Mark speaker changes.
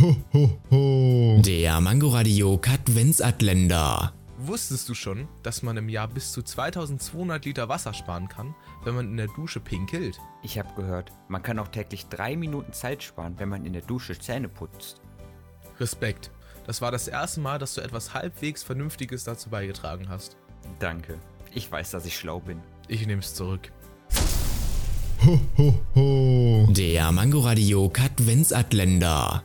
Speaker 1: Ho, ho, ho.
Speaker 2: Der Mangoradio Katwensatländer.
Speaker 3: Wusstest du schon, dass man im Jahr bis zu 2200 Liter Wasser sparen kann, wenn man in der Dusche pinkelt?
Speaker 4: Ich habe gehört, man kann auch täglich drei Minuten Zeit sparen, wenn man in der Dusche Zähne putzt.
Speaker 3: Respekt. Das war das erste Mal, dass du etwas halbwegs Vernünftiges dazu beigetragen hast.
Speaker 4: Danke. Ich weiß, dass ich schlau bin.
Speaker 3: Ich nehm's zurück.
Speaker 1: Ho, ho, ho.
Speaker 2: Der Mangoradio Katwensatländer.